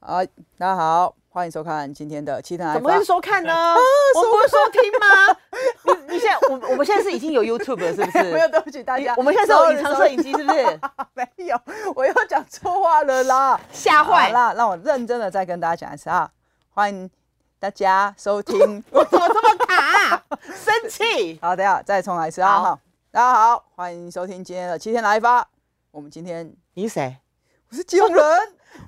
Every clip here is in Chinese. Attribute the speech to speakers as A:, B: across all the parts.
A: 啊，大家好，欢迎收看今天的《七天来哎
B: 怎
A: 访
B: 么会》。收看呢？我们不是收 听吗？你你现在我我们现在是已经有 YouTube 了，是不
A: 没有，
B: 是？
A: 对不起哎大家，
B: 我们现在是有隐藏摄
A: ，sorry，sorry
B: 影机，是 不是？
A: 没有，我又讲错话了 啦，
B: 吓
A: 好
B: 坏！
A: 啦，让我认真的再跟大家讲一次啊，欢迎大家收 听。我
B: 怎么这么卡？啊生气？
A: 好，等一下再重来一次啊。
B: 好
A: 好，大家好，欢迎收听今天的《七天来发》。我们今天
B: 你是谁？
A: 我是基隆人，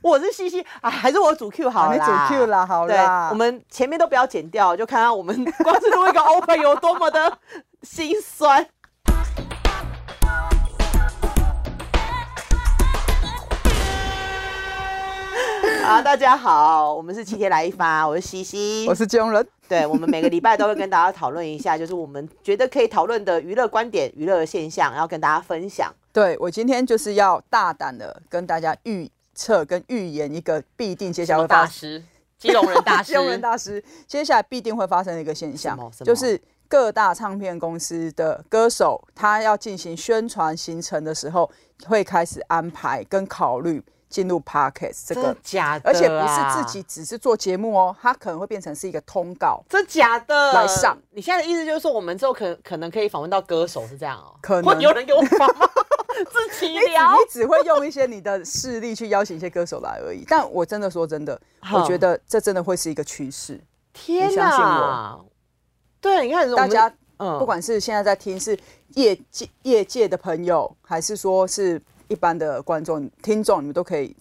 B: 我是西西啊，还是我主 Q 好
A: 啊
B: 了
A: 你
B: 啦？
A: 主 Q 啦，好
B: 对
A: 啦，，
B: 我们前面都不要剪掉，就看到我们 光是录一个 open 有多么的 心酸。 好，啊大家好，我们是七天来一发，我是西西，
A: 我是基隆人，
B: 对，我们每个礼拜都会跟大家讨论一下，就是我们觉得可以讨论的娱乐观点、娱乐现象，然后跟大家分享。
A: 对我今天就是要大胆的跟大家预测跟预言一个必定接下来会发
C: 大
A: 生。
C: 师，基隆人大师，
A: 金融人大师，接下来必定会发生的一个现象
B: 什么，什么
A: 就是各大唱片公司的歌手，他要进行宣传行程的时候，会开始安排跟考虑进入 Podcast 这
B: 真
A: 个
B: 的，假
C: 啊
B: 的、啊
A: 而且不是自己，只是做节目哦，他可能会变成是一个通告，
B: 真假的
A: 来上。
B: 你现在的意思就是说，我们之后可可能可以访问到歌手是这样哦、
A: 可能
B: 或有人给我访 吗？自己聊
A: 你只会用一些你的势力去邀请一些歌手来而已。但我真的说真的，
B: 好
A: 我觉得这真的会是一个趋势。
B: 天
A: 你相信
B: 哪！对，你看我们
A: 大家
B: 嗯
A: 不管是现在在听是业界业界的朋友，还是说是一般的观众听众，你们都可以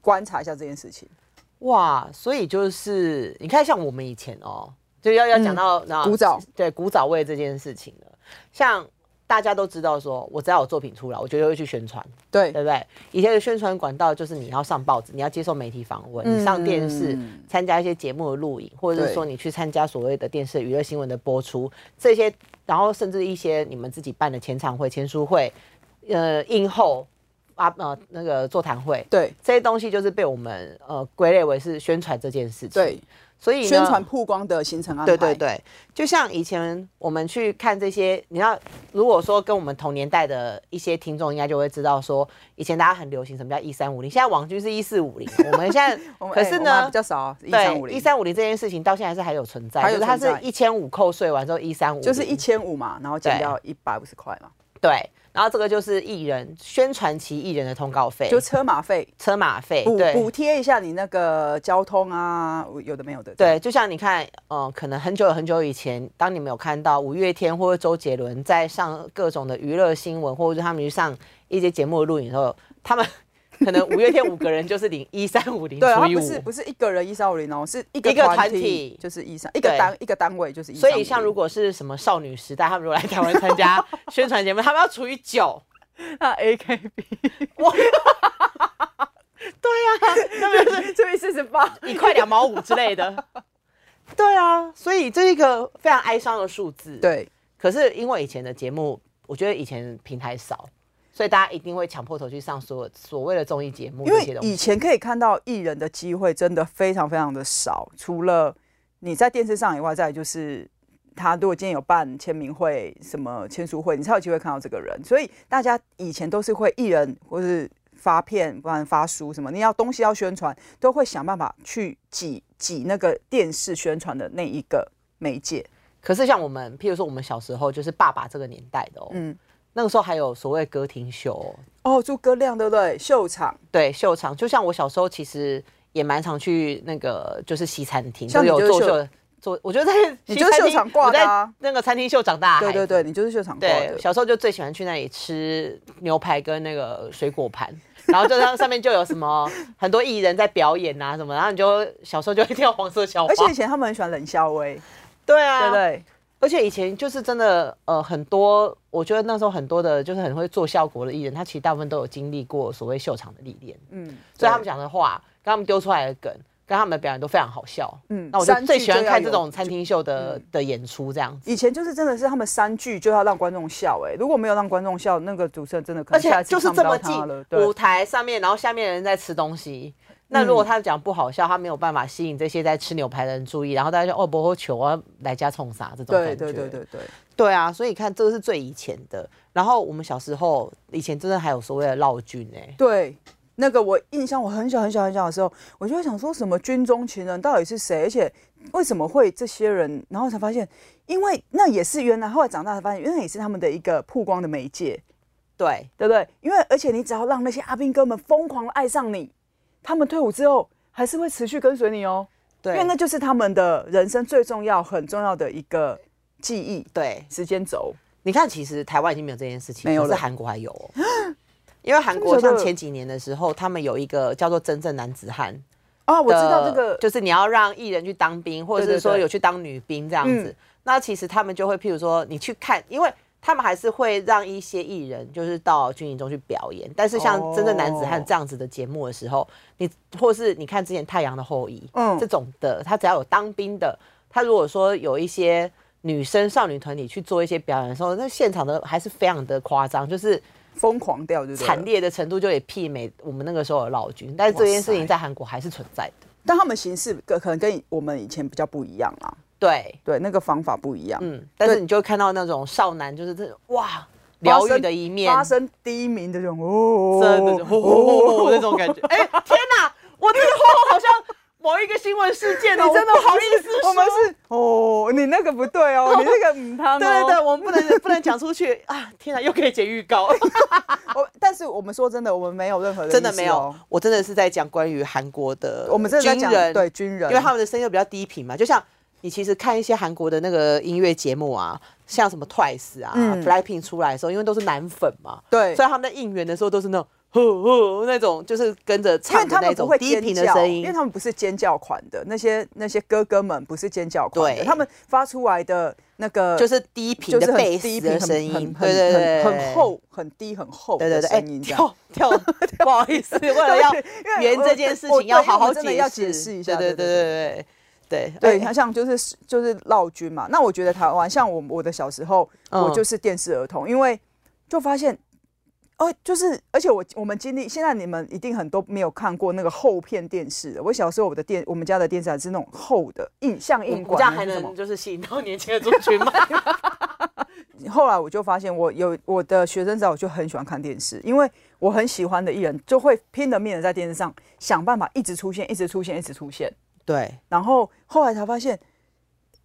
A: 观察一下这件事情。
B: 哇，所以就是你看，像我们以前哦、就要要讲到然后
A: 嗯古早
B: 对古早味这件事情了，像。大家都知道说我只要有作品出来，我就会去宣传。
A: 对
B: 对不对？以前的宣传管道就是你要上报纸，你要接受媒体访问，你上电视
A: 嗯
B: 参加一些节目的录影，或者
A: 对
B: 是说你去参加所谓的电视娱乐新闻的播出，这些，然后甚至一些你们自己办的前场会、签书会，呃，映后啊呃那个座谈会，
A: 对
B: 这些东西就是被我们呃归类为是宣传这件事情。，
A: 对，
B: 所以呢
A: 宣传曝光的行程安排，
B: 对对对，就像以前我们去看这些，你要如果说跟我们同年代的一些听众，应该就会知道说，以前大家很流行什么叫一三五零，现在网剧是一四 五零，我们现在
A: 我们
B: 可是
A: 哎我们还
B: 呢
A: 比，较少一三五
B: 对
A: 零
B: 一，三五零这件事情到现在是还有存在，
A: 还有
B: 就是它
A: 存
B: 是
A: 在
B: 一千五扣税完之后一三五，
A: 就是一千五嘛，然后减掉一百五十块嘛，
B: 对，然后这个就是艺人宣传期艺人的通告费，
A: 就
B: 就
A: 车马费
B: 车马费，
A: 补
B: 对
A: 补贴一下你那个交通啊，有的没有的。
B: 对，就像你看，呃，可能很久很久以前，当你们有看到五月天或者周杰伦在上各种的娱乐新闻，或者是他们去上一些节目的录影的时候，他 们可能五月天五个人就是领一三五零
A: 对，
B: 除
A: 它
B: 以
A: 不是
B: 五。
A: 不是一个人一三五零哦，是一个
B: 一个
A: 团
B: 团
A: 体
B: 体
A: 就是一三一个
B: 对
A: 单一个单位就是一。
B: 所以，像如果是什么少女时代，他们如果来台湾参加 宣传节目，他们要除以九。
A: 那 AKB
B: 哇， 对呀、啊，对不对？
A: 这边四十八，
B: 一块两毛五之类的。 对啊，所以这是一个非常哀伤的数字。
A: 对，
B: 可是因为以前的节目，我觉得以前平台少，所以大家一定会强迫头去上所有所谓的综艺节目
A: 因
B: 这些
A: 为
B: 东
A: 以
B: 西。
A: 前可以看到艺人的机会真的非常非常的少，除了你在电视上以外，再来就是他如果今天有办签名会、什么签书会，你才有机会看到这个人。所以大家以前都是会艺人或是发片，不然发书什么，你要东西要宣传，都会想办法去挤挤那个电视宣传的那一个媒介。
B: 可是像我们，譬如说我们小时候就是爸爸这个年代的哦，
A: 嗯，
B: 那个时候还有所谓歌厅秀、哦，
A: 哦，诸葛亮对不对？秀场，
B: 对秀场。就像我小时候其实也蛮常去那个就是西餐厅，
A: 像你
B: 有
A: 就是
B: 做
A: 秀
B: 秀做，我觉得在
A: 你
B: 西
A: 就是
B: 餐
A: 秀
B: 厅
A: 场挂
B: 我
A: 的
B: 在
A: 啊
B: 那个餐厅秀长大的
A: 对
B: 孩子。
A: 对对，你就是秀场挂
B: 哎对
A: 的，。
B: 小时候就最喜欢去那里吃牛排跟那个水果盘， 然后就上上面就有什么很多艺人在表演啊什么，然后你就小时候就会跳黄色小花，
A: 而且以前他们很喜欢冷笑威，
B: 对啊，
A: 对不对？
B: 而且以前就是真的呃很多，我觉得那时候很多的就是很会做效果的艺人，他其实大部分都有经历过所谓秀场的历练，
A: 嗯，
B: 所以他
A: 对
B: 们讲的话跟他们丢出来的梗。跟他们的表演都非常好笑，
A: 嗯
B: 嗯，那我就
A: 三句
B: 最喜欢
A: 就要嗯
B: 看这
A: 有
B: 种餐厅秀的的演出这样子，
A: 以前就是真的是他们三句就要让观众笑、哎，如果没有让观众笑，那个主持人真的可
B: 而
A: 能下
B: 且
A: 一次
B: 就是
A: 看不
B: 这
A: 到
B: 么
A: 他了。
B: 近，
A: 对
B: 舞，台上面，然后下面的人在吃东西。那如果他讲不好笑，他没有办法吸引这些在吃牛排的人注意，然后大家就哦，不喝球啊，来家冲啥这种感
A: 对
B: 觉。
A: 对对对对，
B: 对啊！所以你看，这个是最以前的。然后我们小时候以前真的还有所谓的绕军哎、
A: 对，那个我印象我很小很小很小的时候，我就会想说什么军中情人到底是谁，而且为什么会这些人？然后才发现，因为那也是原来后来长大才发现，原来也是他们的一个曝光的媒介，
B: 对，
A: 对不对？因为而且你只要让那些阿兵哥们疯狂的爱上你，他们退伍之后还是会持续跟随你哦，因
B: 对，
A: 为那就是他们的人生最重要、很重要的一个记忆
B: 对，
A: 时间轴。
B: 你看，其实台湾已经没有这件事情，
A: 没有
B: 可是
A: 了
B: 韩国还有哦。因为韩国
A: 真的假
B: 像
A: 的
B: 前几年的时候，他们有一个叫做“真正男子汉”，
A: 啊，我知道这个，
B: 就是你要让艺人去当兵，或者
A: 对
B: 是
A: 对
B: 说
A: 对
B: 有去当女兵这样子。
A: 嗯
B: 那其实他们就会，譬如说你去看，因为他们还是会让一些艺人就是到军营中去表演，但是像
A: 哦
B: 真正男子汉这样子的节目的时候，你或是你看之前《太阳的后裔》
A: 嗯
B: 这种的，他只要有当兵的，他如果说有一些女生少女团体去做一些表演的时候，那现场的还是非常的夸张，就是
A: 疯狂掉，对不对？
B: 惨烈的程度就得媲美我们那个时候的老军，但是这件事
A: 哇
B: 情
A: 塞
B: 在韩国还是存在的，
A: 但他们形式可可能跟我们以前比较不一样啊，
B: 对。
A: 对，那个方法不一样，
B: 嗯，但是
A: 对
B: 你就会看到那种少男，就是这哇疗愈的一面，
A: 发生低迷的这种哦，
B: 真的就呼呼呼那种感觉。哎、天哪，我这个话好像某一个新闻事件哦，
A: 你真的
B: 我不好
A: 不
B: 意思
A: 我
B: 说。
A: 们是哦，你那个不对哦，你那个嗯汤哦，
B: 对对对，我们不 能不能讲出去啊！天哪，又可以解预告，
A: 我但是我们说真的，我们没有任何的、
B: 真的没有，，我真的是哦在讲关于韩国的，
A: 我们真的在讲
B: 军人
A: 对军人，
B: 因为他们的声优比较低频嘛，就像你其实看一些韩国的那个音乐节目啊，像什么 Twice 啊、
A: 嗯
B: Blackpink 出来的时候，因为都是男粉嘛，
A: 对
B: 所以他们在应援的时候都是那种吼吼那种，就是跟着
A: 因为
B: 唱的
A: 他
B: 那
A: 们不
B: 种
A: 会
B: 低
A: 尖
B: 频的
A: 叫，
B: 声
A: 因
B: 音
A: 为。他们不是尖叫款的，那些那些哥哥们不是尖叫款的，
B: 对
A: 他们发出来的那个
B: 就是低频
A: 就是
B: 的
A: 很
B: 贝
A: 低
B: 斯
A: 频
B: 的
A: 很
B: 声音，
A: 很
B: 对对对，
A: 很很很，厚很低很厚
B: 对对
A: 的
B: 对，哎，
A: 声音这样。
B: 跳跳， 不好意思，为了要
A: 因为
B: 圆
A: 我
B: 这件事
A: 我
B: 情，要
A: 对因为
B: 好
A: 我
B: 好
A: 真的要解释一下，
B: 对对对对对
A: 对，
B: 哎
A: 像像就是就是闹军嘛。那我觉得台湾像我我的小时候，
B: 嗯
A: 我就是电视儿童，因为就发现，哦、就是而且我我们经历，现在你们一定很多没有看过那个厚片电视的。我小时候我的电我们家的电视还是那种厚的硬像
B: 我
A: 硬
B: 们这
A: 管，
B: 样还
A: 是什么
B: 能就是吸引到年轻的族群 吗？
A: 后来我就发现，我有我的学生时代，我就很喜欢看电视，因为我很喜欢的艺人就会拼了命的在电视上想办法一直出现，一直出现，一直出现。
B: 对，
A: 然后后来才发现，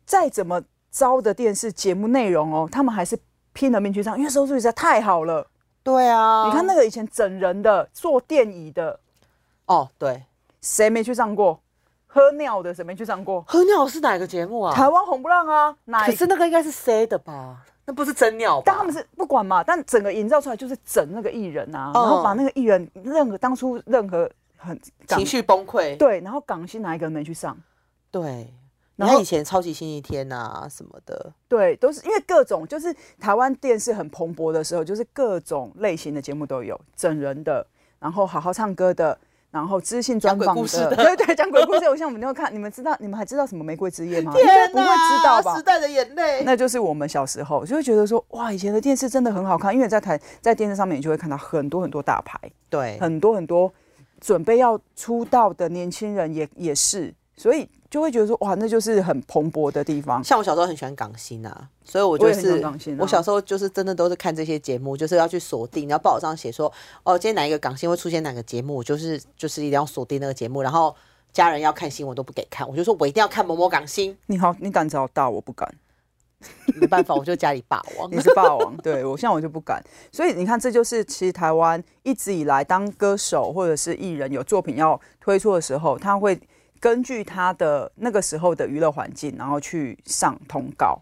A: 再怎么糟的电视节目内容哦，他们还是拼了命去上，因为收视率实在太好了。
B: 对啊，
A: 你看那个以前整人的、坐电椅的，
B: 哦，对，
A: 谁没去上过？喝尿的谁没去上过？
B: 喝尿是哪个节目啊？
A: 台湾红不让啊，哪
B: 可是那个应该是 C 的吧？那不是真尿吧？
A: 但他们是不管嘛，但整个营造出来就是整那个艺人啊，
B: 嗯
A: 然后把那个艺人任何当初任何很港
B: 情绪崩溃。
A: 对，然后港星哪一个人没去上？
B: 对，你
A: 然
B: 看
A: 后
B: 以前超级星期天啊什么的，
A: 对，都是因为各种就是台湾电视很蓬勃的时候，就是各种类型的节目都有，整人的，然后好好唱歌的，然后知性专
B: 讲
A: 访
B: 鬼故事的
A: 的， 对对，讲鬼故事。我像我们都会看，你们知道，你们还知道什么《玫瑰之夜》吗？应该不会知道吧
B: 时？代的眼泪。
A: 那就是我们小时候就会觉得说，哇，以前的电视真的很好看，因为在台在电视上面，你就会看到很多很多大牌。
B: 对，
A: 很多很多准备要出道的年轻人也也是，所以就会觉得说，哇，那就是很蓬勃的地方。
B: 像我小时候很喜欢港星啊，所以我
A: 我
B: 就
A: 也很喜
B: 是
A: 欢港星啊
B: 我小时候就是真的都是看这些节目，就是要去锁定，然后报纸上写说，哦，今天哪一个港星会出现哪个节目，我就是就是一定要锁定那个节目，然后家人要看新闻都不给看，我就说我一定要看某某港星，
A: 你好，你胆子好大，我不敢。
B: 没办法，我就家里霸王。
A: 你是霸王，对我像我就不敢。所以你看，这就是其实台湾一直以来，当歌手或者是艺人有作品要推出的时候，他会根据他的那个时候的娱乐环境，然后去上通告。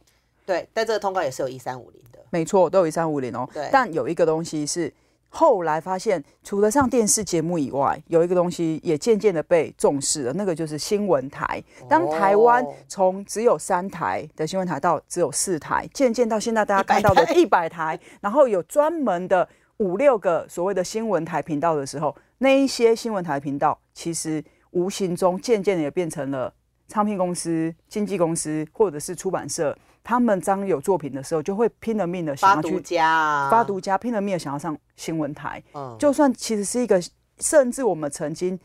B: 对，但这个通告也是有一三五零的。
A: 没错，都有一三五零哦
B: 对。
A: 但有一个东西是后来发现，除了上电视节目以外，有一个东西也渐渐的被重视了，那个就是新闻台。当台湾从只有三台的新闻台到只有四台，渐渐到现在大家看到的一百台，然后有专门的五六个所谓的新闻台频道的时候，那一些新闻台频道其实无形中渐渐的也变成了。唱片公司、经纪公司或者是出版社，他们当有作品的时候，就会拼了命的想
B: 发
A: 要去
B: 独家啊，
A: 发独家，拼了命的想要上新闻台。
B: 嗯
A: 就算其实是一个，甚至我们曾经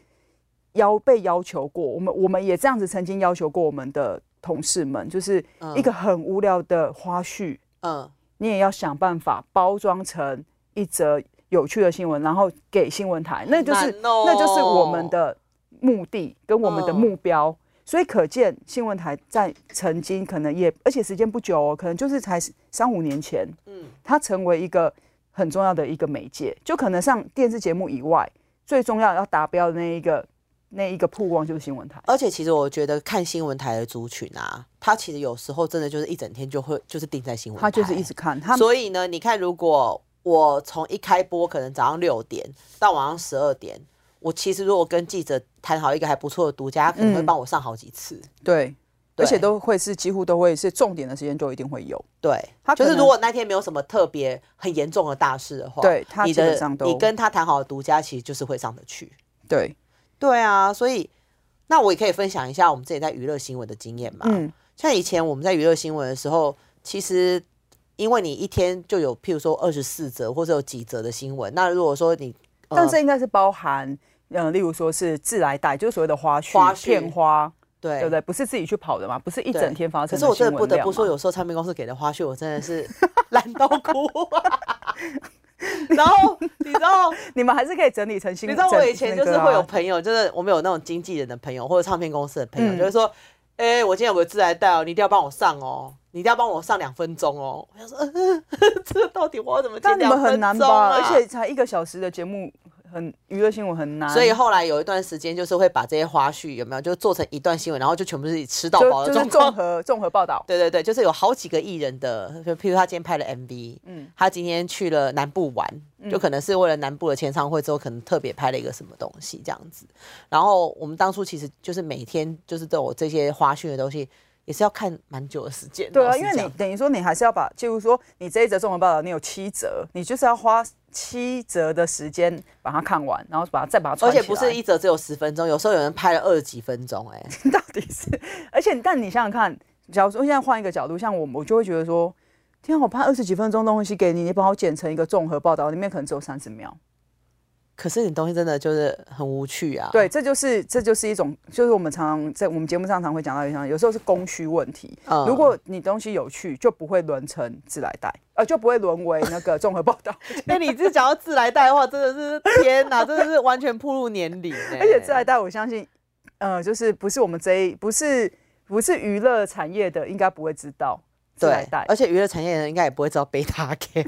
A: 要被要求过，我们我们也这样子曾经要求过我们的同事们，就是一个很无聊的花絮，
B: 嗯，
A: 你也要想办法包装成一则有趣的新闻，然后给新闻台，那就是、
B: 难哦
A: 那就是我们的目的跟我们的
B: 嗯
A: 目标。所以可见，新闻台在曾经可能也，而且时间不久哦，可能就是才三五年前，
B: 嗯
A: 它成为一个很重要的一个媒介，就可能上电视节目以外，最重要要达标的那一个那一个曝光就是新闻台。
B: 而且其实我觉得看新闻台的族群啊，他其实有时候真的就是一整天就会就是定在新闻台，
A: 他就是一直看，他
B: 所以呢，你看，如果我从一开播，可能早上六点到晚上十二点，我其实如果跟记者谈好一个还不错的独家，他可能会
A: 嗯
B: 帮我上好几次。
A: 对，而
B: 对
A: 且都会是几乎都会是重点的时间就一定会有。
B: 对，
A: 他可
B: 就
A: 能
B: 是如果那天没有什么特别很严重的大事的话，
A: 对他
B: 你
A: 基本
B: 的
A: 上都
B: 你跟他谈好的独家，其实就是会上得去。
A: 对，
B: 对啊，所以那我也可以分享一下我们自己在娱乐新闻的经验嘛。
A: 嗯，
B: 像以前我们在娱乐新闻的时候，其实因为你一天就有譬如说二十四则或者有几则的新闻，那如果说你呃
A: 但这应该是包含。呃，例如说是自来带，就是所谓的花絮、
B: 花絮
A: 片花，
B: 对
A: 对不对？不是自己去跑的嘛，不是一
B: 对
A: 整天发生
B: 可
A: 的
B: 是我真的不
A: 新闻
B: 得
A: 量
B: 不
A: 嘛
B: 说，有时候唱片公司给的花絮，我真的是 懒到哭、啊 然后你知道，
A: 你们还是可以整理成新。
B: 你知道我
A: 整
B: 以前
A: 那
B: 就
A: 个
B: 是会有
A: 啊
B: 朋友，就是我们有那种经纪人的朋友或者唱片公司的朋友，
A: 嗯
B: 就是说，哎、我今天有个自来带哦，你一定要帮我上哦，你一定要帮我上两分钟哦。我想说， 呃、这个到底我要怎么接
A: 但你
B: 两
A: 们
B: 分
A: 很
B: 钟、啊？
A: 难吧？而且才一个小时的节目，很娱乐新闻很难。
B: 所以后来有一段时间，就是会把这些花絮有没有，就做成一段新闻，然后就全部是吃到饱
A: 就
B: 的
A: 就是
B: 状况
A: 综。合综合报道，
B: 对对对，就是有好几个艺人的，就譬如他今天拍了 MV，嗯
A: 嗯，
B: 他今天去了南部玩，就可能是为了南部的签唱会之后，可能特别拍了一个什么东西这样子。然后我们当初其实就是每天就是都有这些花絮的东西，也是要看蛮久的时间。
A: 对
B: 老
A: 啊，
B: 实
A: 因为
B: 讲
A: 你等于说你还是要把，譬如说你这一则综合报道，你有七折，你就是要花七折的时间把它看完，然后把它再把它
B: 而
A: 串起
B: 且
A: 来。
B: 不是一则只有十分钟，有时候有人拍了二十几分钟、哎，
A: 到底是，而且但你想想看，假如说现在换一个角度，像我我就会觉得说，天、啊，我拍二十几分钟东西给你，你把我剪成一个综合报道，里面可能只有三十秒。
B: 可是你东西真的就是很无趣啊。
A: 对，这就是这就是一种，就是我们常常在我们节目上常会讲到一项，有时候是供需问题。
B: 嗯
A: 如果你东西有趣，就不会沦成自来带，呃，就不会沦为那个综合报 道。
B: 哎、你这讲到自来带的话，真的是天哪，真的是完全步入年 龄、哎
A: 而且自来带，我相信，呃，就是不是我们这一不是不是娱乐产业的，应该不会知道自来
B: 对
A: 带，，
B: 而且娱乐产业的人应该也不会知道贝塔 K。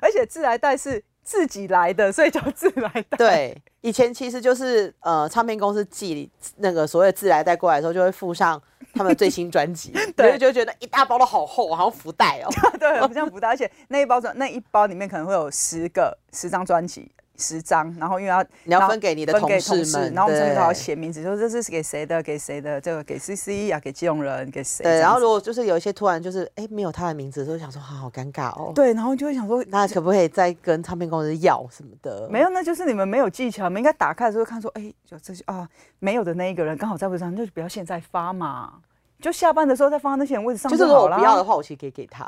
A: 而且自来带是自己来的，所以叫自来带。
B: 对，以前其实就是呃，唱片公司寄那个所谓的自来带过来的时候，就会附上他们的最新 专辑，
A: 对
B: 对，就会觉得一大包都好厚，好像福袋 哦。
A: 对，不像不大，而且那一包装那一包里面可能会有十个十张专辑，十张，然后因为要
B: 你要
A: 然后
B: 分给你的
A: 分给
B: 同
A: 同
B: 事们
A: 然后我们上面
B: 对
A: 还要写名字，说这是给谁的，给谁的，这个给 CC 啊，给基隆人，给谁？
B: 对，
A: 这
B: 然
A: 样
B: 后
A: 子
B: 如果就是有一些突然就是哎、没有他的名字的时候，就想说好好尴尬哦。
A: 对，然后就会想说，
B: 那可不可以再跟唱片公司要什么的？
A: 没有，那就是你们没有技巧，你们应该打开的时候看说，哎、就这些啊，没有的那一个人刚好在位置上，那就不要现在发嘛，就下班的时候再发那些人位置上
B: 就是如果
A: 好
B: 我
A: 啦。
B: 不要的话，我其实可以给他。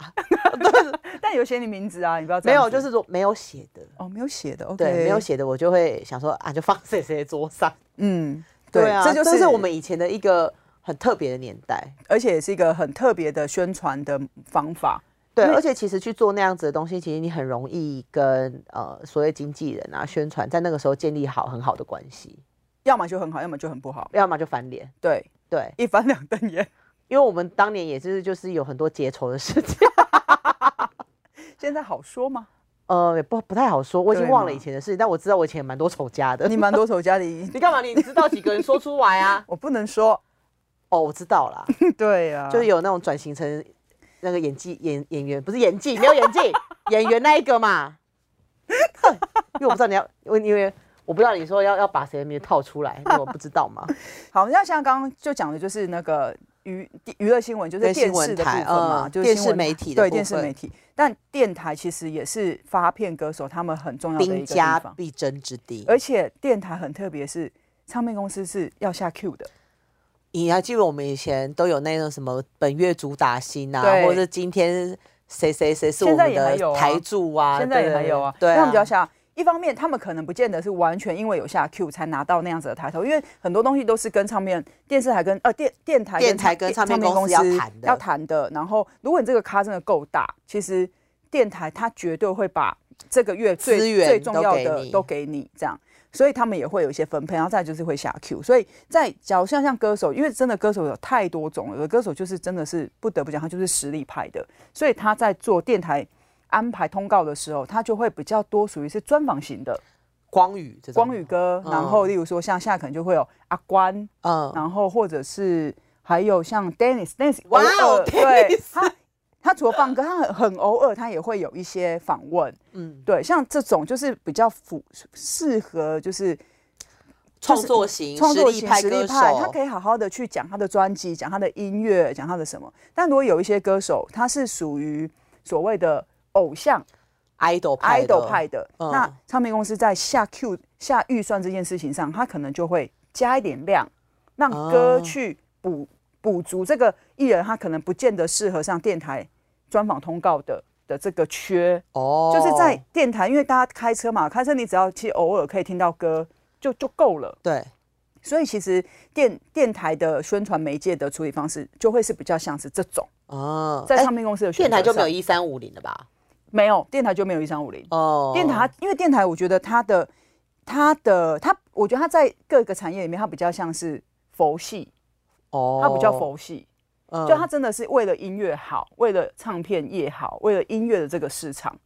A: 但有写你名字啊，你不要这
B: 没
A: 样
B: 有，
A: 子
B: 就是说没有写的。
A: 哦，没有写的，OK，
B: 对，没有，写的我就会想说啊，就放谁谁的桌上。
A: 嗯，对，
B: 对啊，
A: 这就是
B: 我们以前的一个很特别的年代。
A: 而且也是一个很特别的宣传的方法。
B: 对，
A: 因为
B: 而且其实去做那样子的东西，其实你很容易跟呃所谓经纪人啊、宣传，在那个时候建立好很好的关系，
A: 要么就很好，要么就很不好。
B: 要么就翻脸。
A: 对，
B: 对，
A: 一翻两瞪眼。
B: 因为我们当年也是就是有很多结仇的事 情，
A: 现在好说 吗？
B: 呃，也不不太好说，我已经
A: 对
B: 忘了
A: 嘛
B: 以前的事情，但我知道我以前也蛮多仇家的。
A: 你蛮多仇家的，？
B: 你干嘛？你知道几个人说出来啊
A: 我不能说。
B: 哦，我知道啦，
A: 对啊，
B: 就是有那种转型成那个演技演演员，不是演技，没有演技，演员那一个嘛。因为我不知道你要，因为因为我不知道你说要要把谁的名字套出来，因为我不知 道嘛。
A: 好，那像刚刚就讲的就是那个娱娱乐新闻，就是
B: 对
A: 电
B: 新闻
A: 视的部
B: 台
A: 分嘛，
B: 嗯
A: 就是
B: 电
A: 新
B: 视
A: 闻
B: 媒体的
A: 对
B: 部
A: 电视
B: 分
A: 媒体，但电台其实也是发片歌手他们很重要的一
B: 兵
A: 个地
B: 家
A: 方，
B: 必争之地。
A: 而且电台很特别是。唱片公司是要下 Q 的，
B: 你还记得我们以前都有那种什么本月主打新啊，
A: 对
B: 或者是今天谁谁谁是我
A: 现在
B: 们
A: 也还有
B: 的
A: 啊
B: 台柱啊？
A: 现在也
B: 对
A: 还有啊。
B: 对
A: 那他们就要
B: 啊，
A: 下。一方面，他们可能不见得是完全因为有下 Q 才拿到那样子的抬头，因为很多东西都是跟唱片、电视台跟呃电电台跟
B: 电台跟
A: 唱
B: 唱片公司要谈的
A: 要谈的。然后，如果你这个咖真的够大，其实电台它绝对会把这个月最
B: 资源
A: 最重要
B: 都给
A: 的
B: 你
A: 都给你这样，所以他们也会有一些分配，然后再就是会下 Q。所以在假如像像歌手，因为真的歌手有太多种了，有的歌手就是真的是不得不讲，他就是实力派的，所以他在做电台安排通告的时候，他就会比较多属于是专访型的
B: 光宇这种，
A: 光宇，哥，然后例如说像现在可能就会有阿关，
B: 嗯，
A: 然后或者是还有像 Dennis，Dennis
B: 哇哦
A: 偶尔
B: Dennis
A: 呃对他，他除了放歌，他很很偶尔他也会有一些访问，
B: 嗯
A: 嗯，对，像这种就是比较符适合就是
B: 创作型、
A: 创作
B: 实
A: 型
B: 力派
A: 实力
B: 歌
A: 派，他
B: 手
A: 可，以好好的去讲他的专辑，讲他的音乐，讲他的什么。但如果有一些歌手，他是属于所谓的偶像
B: idol 派的
A: idol 派的，
B: 嗯
A: 那唱片公司在下 Q 下预算这件事情上，他可能就会加一点量，让歌
B: 哦
A: 去补补足这个艺人，他可能不见得适合上电台专访通告的的这个缺，
B: 哦，
A: 就是在电台，因为大家开车嘛，开车你只要其实偶尔可以听到歌就就够了。
B: 对，
A: 所以其实电电台的宣传媒介的处理方式，就会是比较像是这种，
B: 哦，
A: 在
B: 哎
A: 唱片公司的选
B: 电台
A: 择
B: 就没有
A: 上
B: 一三五零了吧？
A: 没有电台就没有一三五零，
B: 哦，
A: 电台它因为电台，我觉得它的它的它，我觉得它在各个产业里面，它比较像是佛系，
B: 哦，
A: 它比较佛系，
B: 嗯，
A: 就它真的是为了音乐好，为了唱片业好，为了音乐的这个市场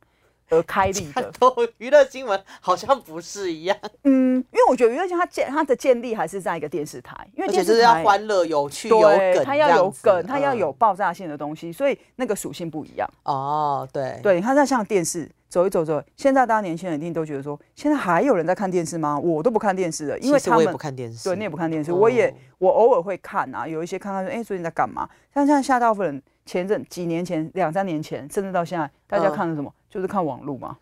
A: 而开 立的。
B: 都 娱乐新闻好像不是一样，
A: 嗯，因为我觉得娱乐圈它建它的建立还是在一个电视台，因为
B: 而
A: 电
B: 且
A: 视
B: 就
A: 台
B: 是要欢乐、有趣、有
A: 对，
B: 梗，
A: 它要有梗，它要
B: 嗯
A: 有爆炸性的东西，所以那个属性不一样。
B: 哦，对，
A: 对，你看，那像电视走一走走，现在大家年轻人一定都觉得说，现在还有人在看电视吗？我都不看电视了，因为
B: 其实
A: 他
B: 我也
A: 们
B: 不看电视，
A: 对你也不看电视，
B: 哦
A: 我也我偶尔会看啊，有一些看看说，哎、最近在干嘛？像像下大部分人前阵几年前、两三年前，甚至到现在，大家
B: 嗯
A: 看的什么，就是看网络嘛。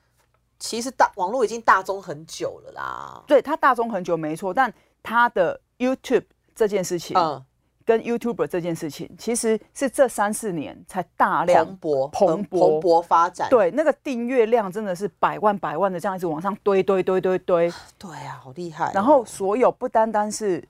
B: 其实大网络已经大众很久了啦，
A: 对，它大众很久没错，但它的 YouTube 这件事情、
B: 嗯，
A: 跟 YouTuber 这件事情，其实是这三四年才大量
B: 嗯蓬勃
A: 蓬
B: 蓬
A: 勃
B: 勃发展，
A: 对那个订阅量真的是百万百万的这样一直往上堆堆堆堆堆。
B: 对啊，好厉害哦，
A: 然后所有不单单是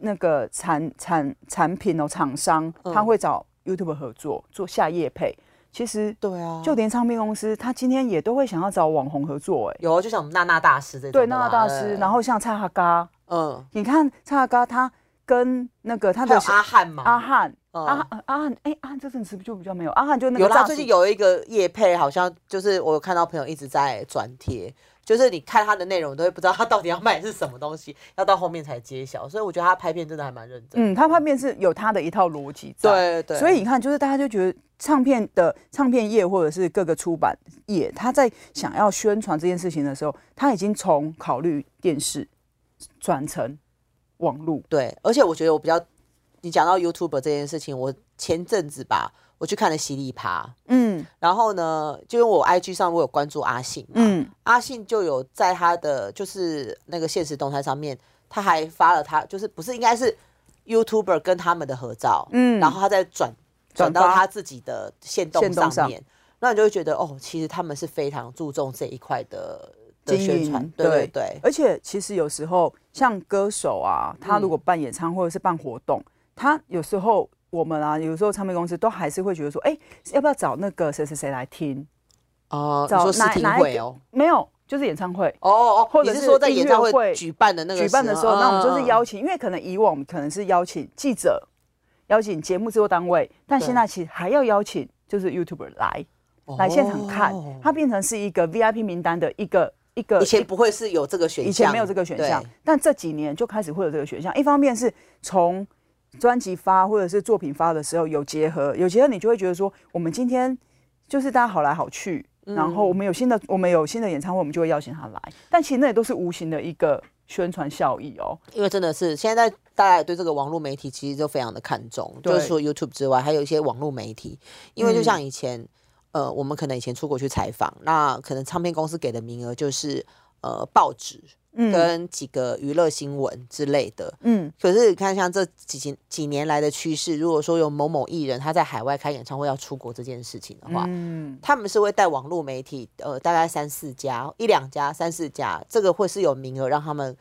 A: 那个产产产品哦，厂商
B: 嗯
A: 他会找 YouTube 合作做下业配，其实
B: 对啊，
A: 就连唱片公司，他今天也都会想要找网红合作、哎，
B: 有就像我们娜娜大师这种的
A: 对，
B: 啦，
A: 娜娜大师，然
B: 后
A: 后像蔡哈嘎，
B: 嗯，
A: 你看蔡哈嘎他跟那个他
B: 还
A: 的
B: 有阿汉嘛，
A: 阿汉。
B: 嗯
A: 阿汉阿汉，哎，阿汉这阵子就比较没有，阿汉就那个
B: 有啦，
A: 大
B: 最近
A: 叔
B: 有一个叶配，好像就是我有看到朋友一直在转贴，就是你看他的内容，你都会不知道他到底要卖的是什么东西，要到后面才揭晓。所以我觉得他拍片真的还蛮认真。
A: 嗯，他拍片是有他的一套逻辑在，
B: 对对，
A: 所以你看，就是大家就觉得唱片的唱片业或者是各个出版业，他在想要宣传这件事情的时候，他已经从考虑电视转成网络。
B: 对，而且我觉得我比较，你讲到 YouTube 这件事情，我前阵子吧，我去看了犀利趴，
A: 嗯
B: 然后呢，就因为我 IG 上我有关注阿信嘛，
A: 嗯，
B: 阿信就有在他的就是那个现实动态上面，他还发了他就是不是应该是 YouTuber 跟他们的合照，
A: 嗯
B: 然后他再转
A: 转
B: 转到
A: 发
B: 他自己的线动
A: 限动
B: 上
A: 上
B: 面，那你就会觉得哦，其实他们是非常注重这一块的的
A: 经
B: 宣传
A: 营，
B: 对对对，
A: 而且其实有时候像歌手啊，他
B: 嗯
A: 如果办演唱会或者是办活动，他有时候我们啊，有时候唱片公司都还是会觉得说，哎、要不要找那个谁谁谁来听？
B: 哦，你
A: 找
B: 说试
A: 哪
B: 听
A: 哪一
B: 会
A: 个
B: 哦。
A: 没有，就是演唱会。
B: 哦哦，
A: 或
B: 你
A: 者
B: 是
A: 是
B: 说在
A: 音
B: 演
A: 乐
B: 唱会
A: 会
B: 举办的那个
A: 举办的时候，那我们就是啊
B: 嗯
A: 邀请，因为可能以往我们可能是邀请记者、邀请节目制作单位，但
B: 对
A: 现在其实还要邀请就是 YouTuber 来来现场看
B: 哦，
A: 它变成是一个 VIP 名单的一个一个
B: 以前不会是有这个选项，
A: 以前没有这个选项
B: 对，
A: 但这几年就开始会有这个选项。一方面是从专辑发或者是作品发的时候有结合，有结合你就会觉得说，我们今天就是大家好来好去，
B: 嗯
A: 然后我们有新的我们有新的演唱会，我们就会邀请他来。但其实那也都是无形的一个宣传效益哦。
B: 因为真的是现在大家也对这个网络媒体其实都非常的看重，就
A: 对
B: 是说 YouTube 之外，还有一些网络媒体，因为就像以前，呃，我们可能以前出国去采访，那可能唱片公司给的名额就是呃报纸跟几个娱乐新闻之类的。
A: 嗯，
B: 可是你看，像这几几几年来的趋势，如果说有某某艺人他在海外开演唱会要出国这件事情的话，
A: 嗯，
B: 他们是会带网络媒体，呃，大概三四家，一两家、三四家，这个会是有名额让他们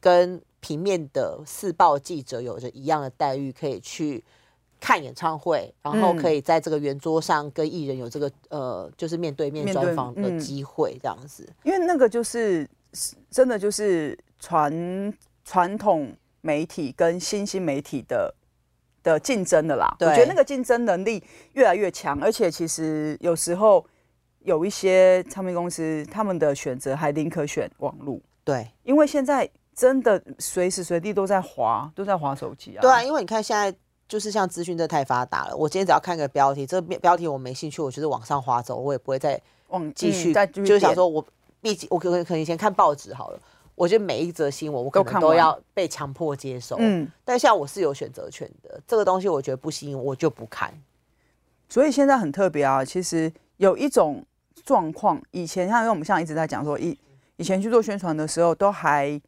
B: 跟平面的四报记者有着一样的待遇，可以去看演唱会，然后
A: 嗯
B: 可以在这个圆桌上跟艺人有这个呃，就是面对面
A: 面对
B: 专访的
A: 嗯
B: 机会，这样子。
A: 因为那个就是是真的就是传传统媒体跟新兴媒体的的竞争的啦。我
B: 对
A: 觉得那个竞争能力越来越强，而且其实有时候有一些唱片公司他们的选择还宁可选网路，
B: 对
A: 因为现在真的随时随地都在滑，都在滑手机啊。
B: 对啊，因为你看现在就是像资讯这太发达了，我今天只要看个标题，这标标题我没兴趣，我就是往上滑走，我也不会再
A: 忘
B: 继续，
A: 嗯再继续
B: 就是想
A: 点
B: 说我毕竟我可可可能以前看报纸好了，我觉得每一则新闻我可
A: 都
B: 能
A: 看
B: 都
A: 完
B: 要被强迫接受，嗯，
A: 嗯。
B: 但现在我是有选择权的，这个东西我觉得不吸引我我就不看，
A: 所以现在很特别啊，其实有一种状况，以前像因为我们现在一直在讲说，以以前去做宣传的时候，都还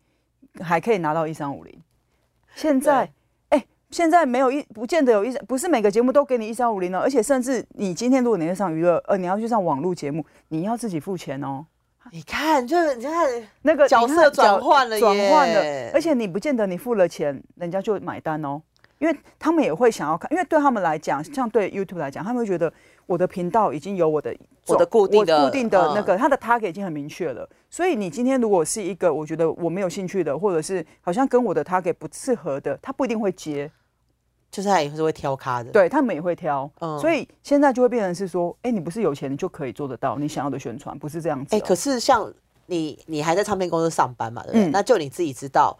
A: 还可以拿到一三五零，现在
B: 对
A: 哎、现在没有一不见得有一，不是每个节目都给你一三五零了，而且甚至你今天如果你要上娱乐，呃，你要去上网络节目，你要自己付钱哦。
B: 你看就是你看。
A: 那个
B: 角
A: 你看
B: 色
A: 角
B: 转换了
A: 转换
B: 耶
A: 了，而且你不见得你付了钱，人家就买单哦，因为他们也会想要看，因为对他们来讲，像对 YouTube 来讲，他们会觉得我的频道已经有我的
B: 我的固定的嗯
A: 我固定的那个，它的 target 已经很明确了，所以你今天如果是一个我觉得我没有兴趣的，或者是好像跟我的 target 不适合的，他不一定会接，
B: 就是他也是会挑咖的，
A: 对他们也会挑，
B: 嗯
A: 所以现在就会变成是说，哎，你不是有钱你就可以做得到你想要的宣传，不是这样子
B: 哎、
A: 哦、
B: 可是像你，你还在唱片公司上班嘛，对不对？
A: 嗯
B: 那就你自己知道，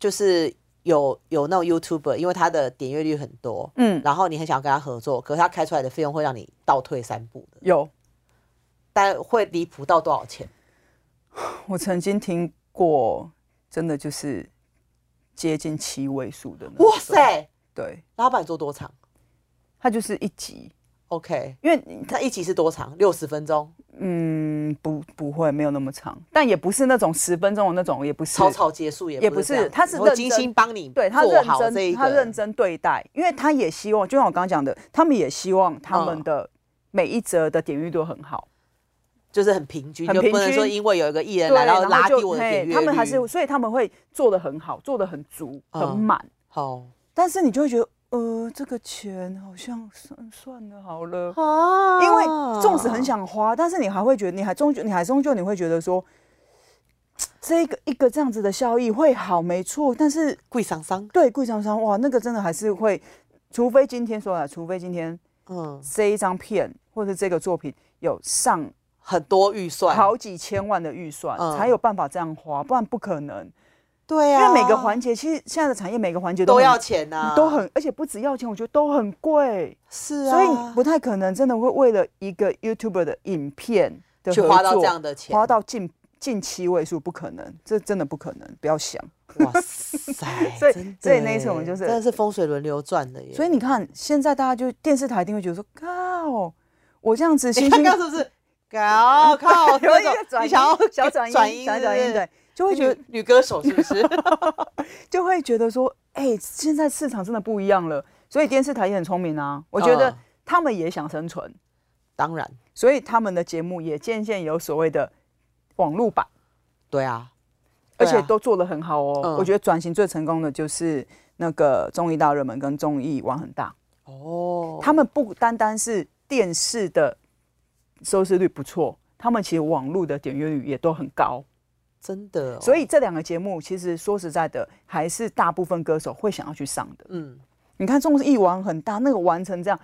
B: 就是有有那种 YouTuber，因为他的点阅率很多，
A: 嗯，
B: 然后你很想要跟他合作，可是他开出来的费用会让你倒退三步的，
A: 有。
B: 但会离谱到多少钱？
A: 我曾经听过，真的就是接近七位数的那种
B: 哇！塞！
A: 对，
B: 老板做多长
A: 它就是一集，
B: ？OK，
A: 因为你
B: 那一集是多长？六十分钟，
A: 嗯不不会没有那么长，但也不是那种十分钟的那种，也不是
B: 草草结束也
A: 也
B: 不
A: 不
B: 是这样
A: 是他是
B: 我
A: 认
B: 精
A: 真
B: 心帮你
A: 对他
B: 做
A: 认
B: 好这
A: 真，
B: 一个，
A: 他认真对待，因为他也希望，就像我刚刚讲的，他们也希望他们
B: 嗯
A: 的每一则的点阅率都很好。
B: 就是很平均，
A: 很
B: 就不
A: 平
B: 能说
A: 均
B: 因为有一个艺人
A: 对，
B: 来然后拉
A: 就
B: 低我的
A: 嘿
B: 点阅率，
A: 他们还是，所以他们会做的很好，做的很足，很
B: 嗯
A: 满。
B: 好
A: 但是你就会觉得，呃，这个钱好像算算了好了，
B: 啊
A: 哦因为纵使很想花，但是你还会觉得，你还终究，你还终究你会觉得说，这个一个这样子的效益会好，没错。但是
B: 贵桑桑，
A: 对贵厂商，哇，那个真的还是会，除非今天说了，除非今天
B: 嗯，
A: 这一张片或者这个作品有上
B: 很多预算，，
A: 好几千万的预算，
B: 嗯
A: 才有办法这样花，不然不可能。
B: 对
A: 因
B: 啊，
A: 为每个环节，其实现在的产业每个环节
B: 都
A: 很嗯
B: 要钱呐、
A: 都很，而且不只要钱，我觉得都很贵。
B: 是啊，
A: 所以你不太可能真的会为了一个 YouTuber 的影片的
B: 去
A: 合
B: 花到
A: 作
B: 这样的钱
A: 花到近近七位数，不可能，这真的不可能，不要想。
B: 哇塞，
A: 所以
B: 真的
A: 所以那一次我们
B: 耶
A: 就是
B: 真的是风水轮流转的耶，
A: 所以你看，现在大家就电视台一定会觉得说，靠，我这样子辛
B: 刚
A: 辛
B: 刚是不是？ 搞靠，
A: 有
B: 那
A: 一
B: 种
A: 个转
B: 你想要
A: 音小转音
B: 转音
A: 小转
B: 是不嗯
A: 音，
B: 是
A: 对，就会觉得
B: 女女歌手是不是？
A: 就会觉得说，哎，现在市场真的不一样了。所以电视台也很聪明啊，我觉得
B: 嗯
A: 他们也想生存，
B: 当然，
A: 所以他们的节目也渐渐有所谓的网络版。
B: 对啊，
A: 而
B: 对啊
A: 且都做得很好哦。
B: 嗯
A: 我觉得转型最成功的就是那个综艺大热门跟综艺玩很大，
B: 哦，
A: 他们不单单是电视的收视率不错，他们其实网络的点阅率也都很高。
B: 真的哦、
A: 所以这两个节目其实说实在的，还是大部分歌手会想要去上的。
B: 嗯，
A: 你看综艺玩很大，那个玩成这样，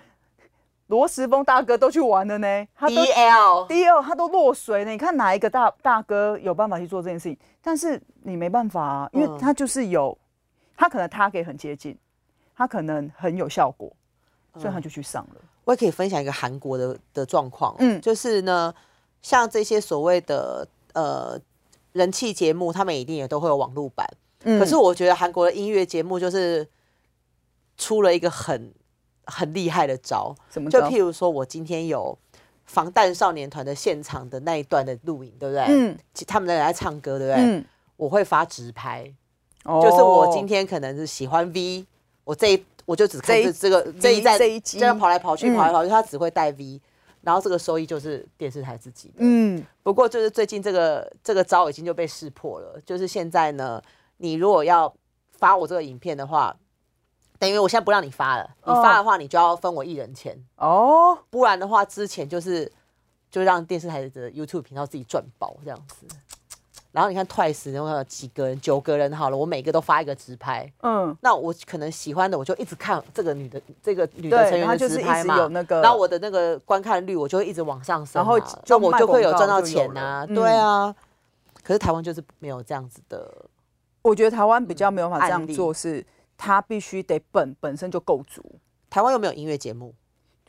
A: 罗时峰大哥都去玩了呢，他都
B: D L
A: 第二，他都落水了。你看哪一个大大哥有办法去做这件事情？但是你没办法啊，因
B: 嗯
A: 为他就是有，他可能他给很接近，他可能很有效果，所以他就去上了。
B: 我也可以分享一个韩国的的状况哦、
A: 嗯
B: 就是呢，像这些所谓的呃人气节目，他们一定也都会有网络版。
A: 嗯
B: 可是我觉得韩国的音乐节目就是出了一个很很厉害的招，
A: 怎么
B: 就
A: 着？
B: 譬如说我今天有防弹少年团的现场的那一段的录影，对不对？
A: 嗯
B: 其他们在在唱歌，对不对？
A: 嗯，
B: 我会发直拍，
A: 就
B: 就是我今天可能是喜欢 V，我这一我就只看
A: 这一
B: 这这个这一站
A: 这一集
B: 这样跑来跑去
A: 嗯
B: 跑来跑去，他只会带 V，然后这个收益就是电视台自己的。
A: 嗯
B: 不过就是最近这个这个招已经就被识破了，就是现在呢，你如果要发我这个影片的话，等于我现在不让你发了，你
A: 哦
B: 发的话你就要分我一人钱，
A: 哦，
B: 不然的话之前就是就让电视台的 YouTube 频道自己赚饱这样子。然后你看 Twice 然后有几个人，九个人好了，我每个都发一个直拍，
A: 嗯，
B: 那我可能喜欢的我就一直看这个女的这个女的
A: 对
B: 成员
A: 她
B: 的
A: 就是
B: 直
A: 一
B: 拍
A: 直
B: 嘛，
A: 有那个
B: 然后我的那个观看率我就会一直往上升
A: 然
B: 嘛，
A: 后就
B: 那我
A: 卖
B: 就会有
A: 广告
B: 赚到
A: 就有
B: 钱啊，
A: 了
B: 对
A: 嗯
B: 啊。可是台湾就是没有这样子的，
A: 我觉得台湾比较没有办法这
B: 嗯案
A: 样
B: 例
A: 做是，它必须得本本身就够足。
B: 台湾又没有音乐节目，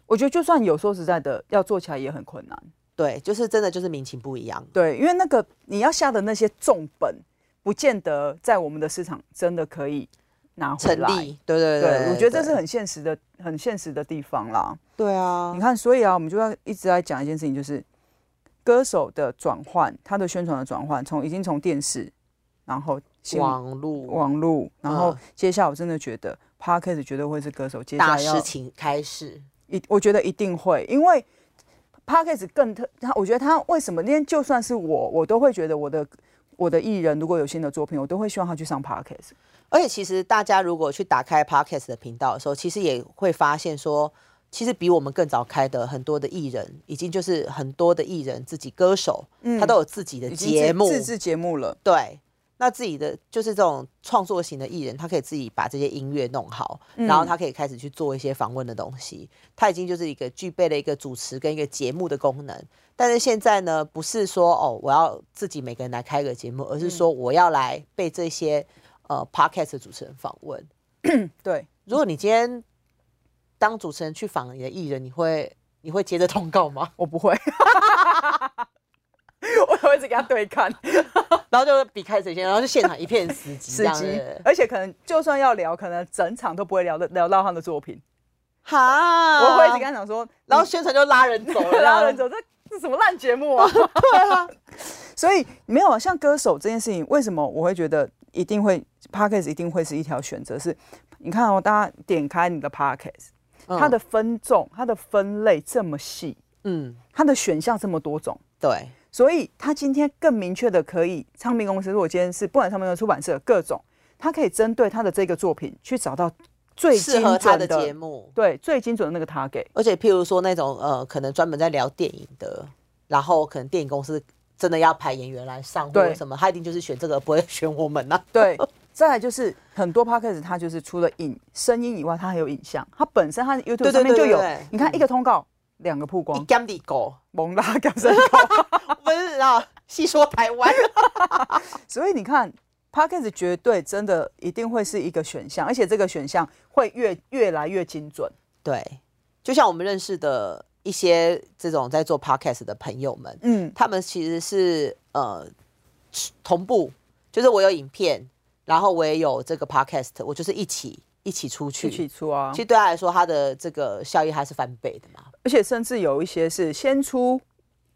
A: 我觉得就算有说实在的，要做起来也很困难。
B: 对，就是真的就是民情不一样，
A: 对，因为那个你要下的那些重本，不见得在我们的市场真的可以拿回
B: 成
A: 来。
B: 立，对对
A: 对，我觉得这是很现实的、很现实的地方啦。
B: 对啊
A: 你，看，所以啊，我们就要一直在讲一件事情，就是歌手的转换，他的宣传的转换，从已经从电视，然后新闻
B: 网络
A: 网络，然后
B: 嗯
A: 接下来我真的觉得 p a r k a s 绝对会是歌手接下
B: 大
A: 来要
B: 事情开始，
A: 一，我觉得一定会，因为 p a r k a s 更特，他我觉得他为什么今天就算是我，我都会觉得我的我的艺人如果有新的作品，我都会希望他去上 p a r k a s
B: 而且其实大家如果去打开 Podcast 的频道的时候，其实也会发现说，其实比我们更早开的很多的艺人，已经就是很多的艺人自己歌手，他都有自己的
A: 嗯已经自
B: 节目，
A: 自制节目了，
B: 对。那自己的就是这种创作型的艺人，他可以自己把这些音乐弄好，然后他可以开始去做一些访问的东西。他已经就是一个具备了一个主持跟一个节目的功能。但是现在呢，不是说哦我要自己每个人来开一个节目，而是说我要来被这些呃 podcast 的主持人访问。
A: 对。
B: 如果你今天当主持人去访你的艺人，你会你会接着通告吗？
A: 我不会， 我会一直跟他对看，
B: 然后就比开谁先，然后就现场一片死寂这
A: 司
B: 样
A: 机
B: 子，
A: 而且可能就算要聊，可能整场都不会聊的聊到他的作品。
B: 哈，
A: 我会一直跟他讲说，
B: 然后宣传就 拉人走啊了，
A: 拉人走，这这什么烂节目啊！对啊， 所以没有啊，像歌手这件事情，为什么我会觉得一定会 p o d c a s 一定会是一条选择？是你看哦，大家点开你的 p o d c a s
B: 嗯，
A: 它的分众、它的分类这么细，
B: 嗯，
A: 它的选项这么多种。
B: 对，
A: 所以他今天更明确的可以，唱片公司如果今天是不管唱片公司、出版社各种，他可以针对他的这个作品去找到最
B: 适
A: 精
B: 合他
A: 准
B: 的节目。
A: 对最精准的那个 target。
B: 而且譬如说那种呃，可能专门在聊电影的，然后可能电影公司真的要派演员来上或
A: 对
B: 者什么，他一定就是选这个，不会选我们呐、啊
A: 对，再来就是很多 podcast 它就是除了影声音以外，它还有影像，它本身它的
B: 对
A: YouTube 上面就有
B: 对对对，
A: 你看一个通告，两个曝
B: 你
A: 光，
B: 干的狗，
A: 蒙拉感声高，
B: 不是啊，细说台湾，
A: 所以你看。Podcast 绝对真的一定会是一个选项，而且这个选项会越越来越精准。
B: 对，就像我们认识的一些这种在做 podcast 的朋友们，
A: 嗯，
B: 他们其实是呃同步，就是我有影片，然后我也有这个 podcast，我就是一起一起出去。
A: 去起初啊，
B: 其实对他来说，他的这个效益还是翻倍的嘛。
A: 而且甚至有一些是先出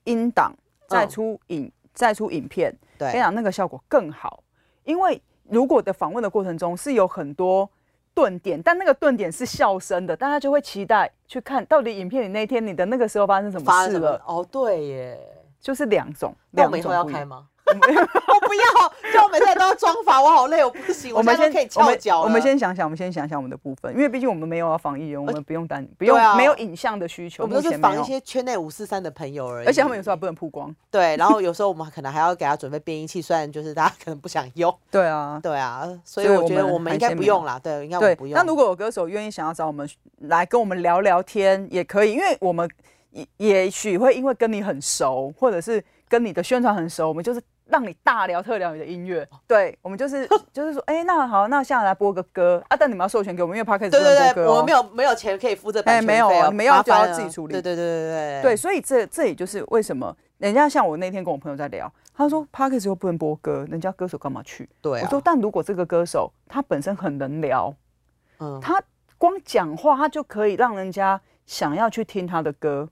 A: 音档，再出影，再出影片。跟你
B: 对，
A: 讲，那个效果更好，因为如果的访问的过程中是有很多顿点，但那个顿点是笑声的，大家就会期待去看到底影片里那一天你的那个时候发生什
B: 发
A: 么
B: 生
A: 事
B: 什么
A: 了，？
B: 哦，对耶。
A: 就是两种，
B: 那我
A: 两
B: 们以后
A: 种
B: 要
A: 不一
B: 开
A: 样。
B: 吗？ 我不要，就我每天都要装法，我好累，我不 行，
A: 我们
B: 现在
A: 先
B: 都可以
A: 我
B: 翘
A: 们
B: 脚
A: 我们
B: 了
A: 先想想，我们先想想我们的部分，因为毕竟我们没有要防疫人，我们不用担，不
B: 对
A: 用
B: 啊
A: 没有影像的需求，
B: 我们都
A: 目
B: 是
A: 前没
B: 防一
A: 有
B: 些圈内五四三的朋友而已。
A: 而且他们有时候还不能曝光。
B: 对，然后有时候我们可能还要给他准备变音器，虽然就是大家可能不想用。
A: 对啊，
B: 对啊，所以
A: 所以
B: 我
A: 我
B: 觉得
A: 们
B: 我们
A: 还
B: 应该
A: 先
B: 不
A: 没有
B: 用啦。对，应该我们
A: 对
B: 不，用。
A: 那如果有歌手愿意想要找我们来跟我们聊聊天，也可以，因为我们也也许会因为跟你很熟，或者是跟你的宣传很熟，我们就是让你大聊特聊你的音乐。
B: 哦
A: 对，我们就是 就是说，哎、那好，那下来播个歌啊，但你们要授权给我们，因为 podcast
B: 对
A: 不能
B: 对
A: 播
B: 对，
A: 歌、哦、
B: 我们没有没有钱可以付这版
A: 哎
B: 权
A: 没有
B: 费哦
A: 你们要
B: 麻
A: 就要
B: 烦了
A: 自己处理
B: 对对对对
A: 对，所以这这也就是为什么人家像我那天跟我朋友在聊，他说 podcast 又不能播歌，人家歌手干嘛去？
B: 对
A: 我
B: 啊
A: 说，但如果这个歌手他本身很能聊，
B: 嗯，
A: 他光讲话，他就可以让人家想要去听他的歌，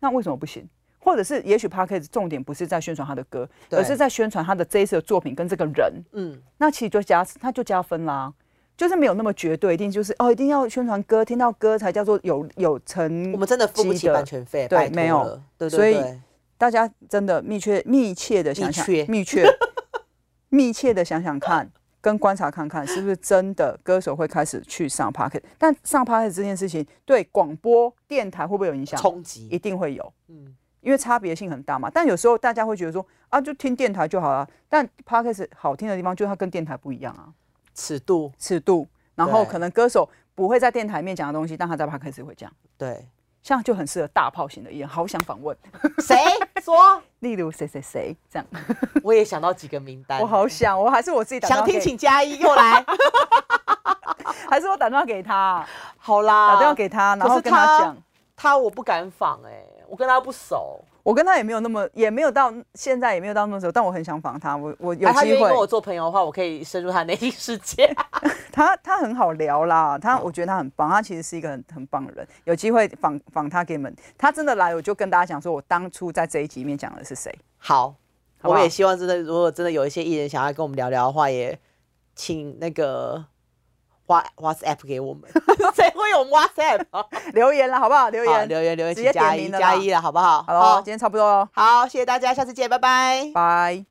A: 那为什么不行？或者是，也许 p a r k e s 重点不是在宣传他的歌，
B: 对
A: 而是在宣传他的这一次的作品跟这个人，
B: 嗯，
A: 那其实就加他就加分啦，就是没有那么绝对，一定就是哦，一定要宣传歌，听到歌才叫做有有成。
B: 我们真的付不
A: 记
B: 起
A: 得
B: 版权费，
A: 嗯对
B: 拜托
A: 没有
B: 了，对对
A: 所以
B: 对
A: 大家真的密切密切的想想
B: 密切，
A: 密切密切的想想看，跟观察看看，是不是真的歌手会开始去上 p o c k e t 但上 p o c k e t 这件事情对广播电台会不会有影响？
B: 冲
A: 一
B: 击，
A: 定会有，
B: 嗯，
A: 因为差别性很大嘛。但有时候大家会觉得说啊，就听电台就好了。但 p o c k e t 好听的地方就是它跟电台不一样啊，
B: 尺度，
A: 尺度。然后
B: 对
A: 可能歌手不会在电台面讲的东西，但他在 p o c k e t 会讲，
B: 对，
A: 像就很适合大炮型的艺人，好想访问，
B: 谁说？
A: 例如谁谁谁这样。
B: 我也想到几个名单，
A: 我好想，我还是我自己打电话
B: 想
A: 给，
B: 听请加一，又来，
A: 还是我打电话给他，
B: 好啦，
A: 打电话给他，然后跟啊他
B: 可是
A: 讲。
B: 他，我不敢访哎、我跟他不熟，
A: 我跟他也没有那么，也没有到现在也没有到那时候，但我很想访他，我我有
B: 哎他
A: 机
B: 愿意跟
A: 会，
B: 我做朋友的话，我可以深入他内心世 界。
A: 他他很好聊啦，他、我觉得他很棒，他其实是一个很很棒的人，有机会访访他给你们，他真的来我就跟大家讲说，我当初在这一集里面讲的是谁，
B: 好，
A: 好不
B: 我
A: 好
B: 也希望真的，如果真的有一些艺人想要跟我们聊聊的话，也请那个 Wha- WhatsApp 给 我们，谁会有 WhatsApp？
A: 留言了好不好？留
B: 好
A: 言，
B: 留言留言，
A: 直
B: 请
A: 接
B: 加
A: 点
B: 一
A: 名了
B: 加
A: 啦
B: 一了，好不好？
A: 好了，今天差不多喽，
B: 好，谢谢大家，下次见，拜拜。
A: 拜。